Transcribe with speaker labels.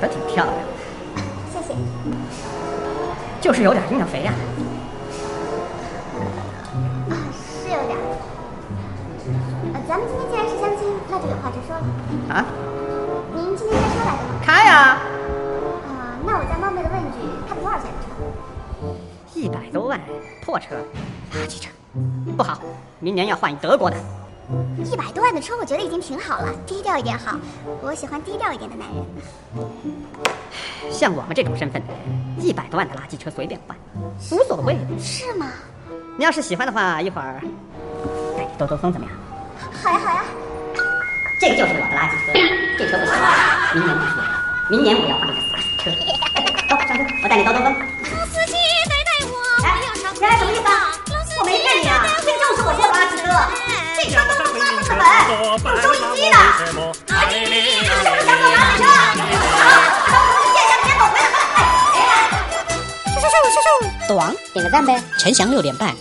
Speaker 1: 得挺漂亮，
Speaker 2: 谢谢。
Speaker 1: 就是有点营养肥呀、
Speaker 2: 啊，是有点儿。呃，咱们今天既然是相亲，那就有话直说了。
Speaker 1: 啊。
Speaker 2: 您今天开车来的吗？
Speaker 1: 开呀、
Speaker 2: 啊、那我再冒昧的问一句，看多少钱的车？
Speaker 1: 一百多万，破车，垃圾车，不好，明年要换一德国的。
Speaker 2: 一百多万的车，我觉得已经挺好了，低调一点好。我喜欢低调一点的男人。
Speaker 1: 像我们这种身份，一百多万的垃圾车随便换，无所谓。
Speaker 2: 是吗？
Speaker 1: 你要是喜欢的话，一会儿带你兜兜风怎么样？
Speaker 2: 好呀好呀，
Speaker 1: 这个就是我的垃圾车，这车不行，明年不是我的，明年我要换一个垃圾车。走，上车，我带你兜兜风。
Speaker 2: 司机带带我，
Speaker 1: 哎，你来什么意思啊？我没骗你啊，这个就是我说的垃圾车，这车兜兜风上的本，有收音机的。哎，你你你，你是不是想坐垃圾车？啊，等我见见别走，别走，哎，别来。咚，点个赞呗！陈翔六点半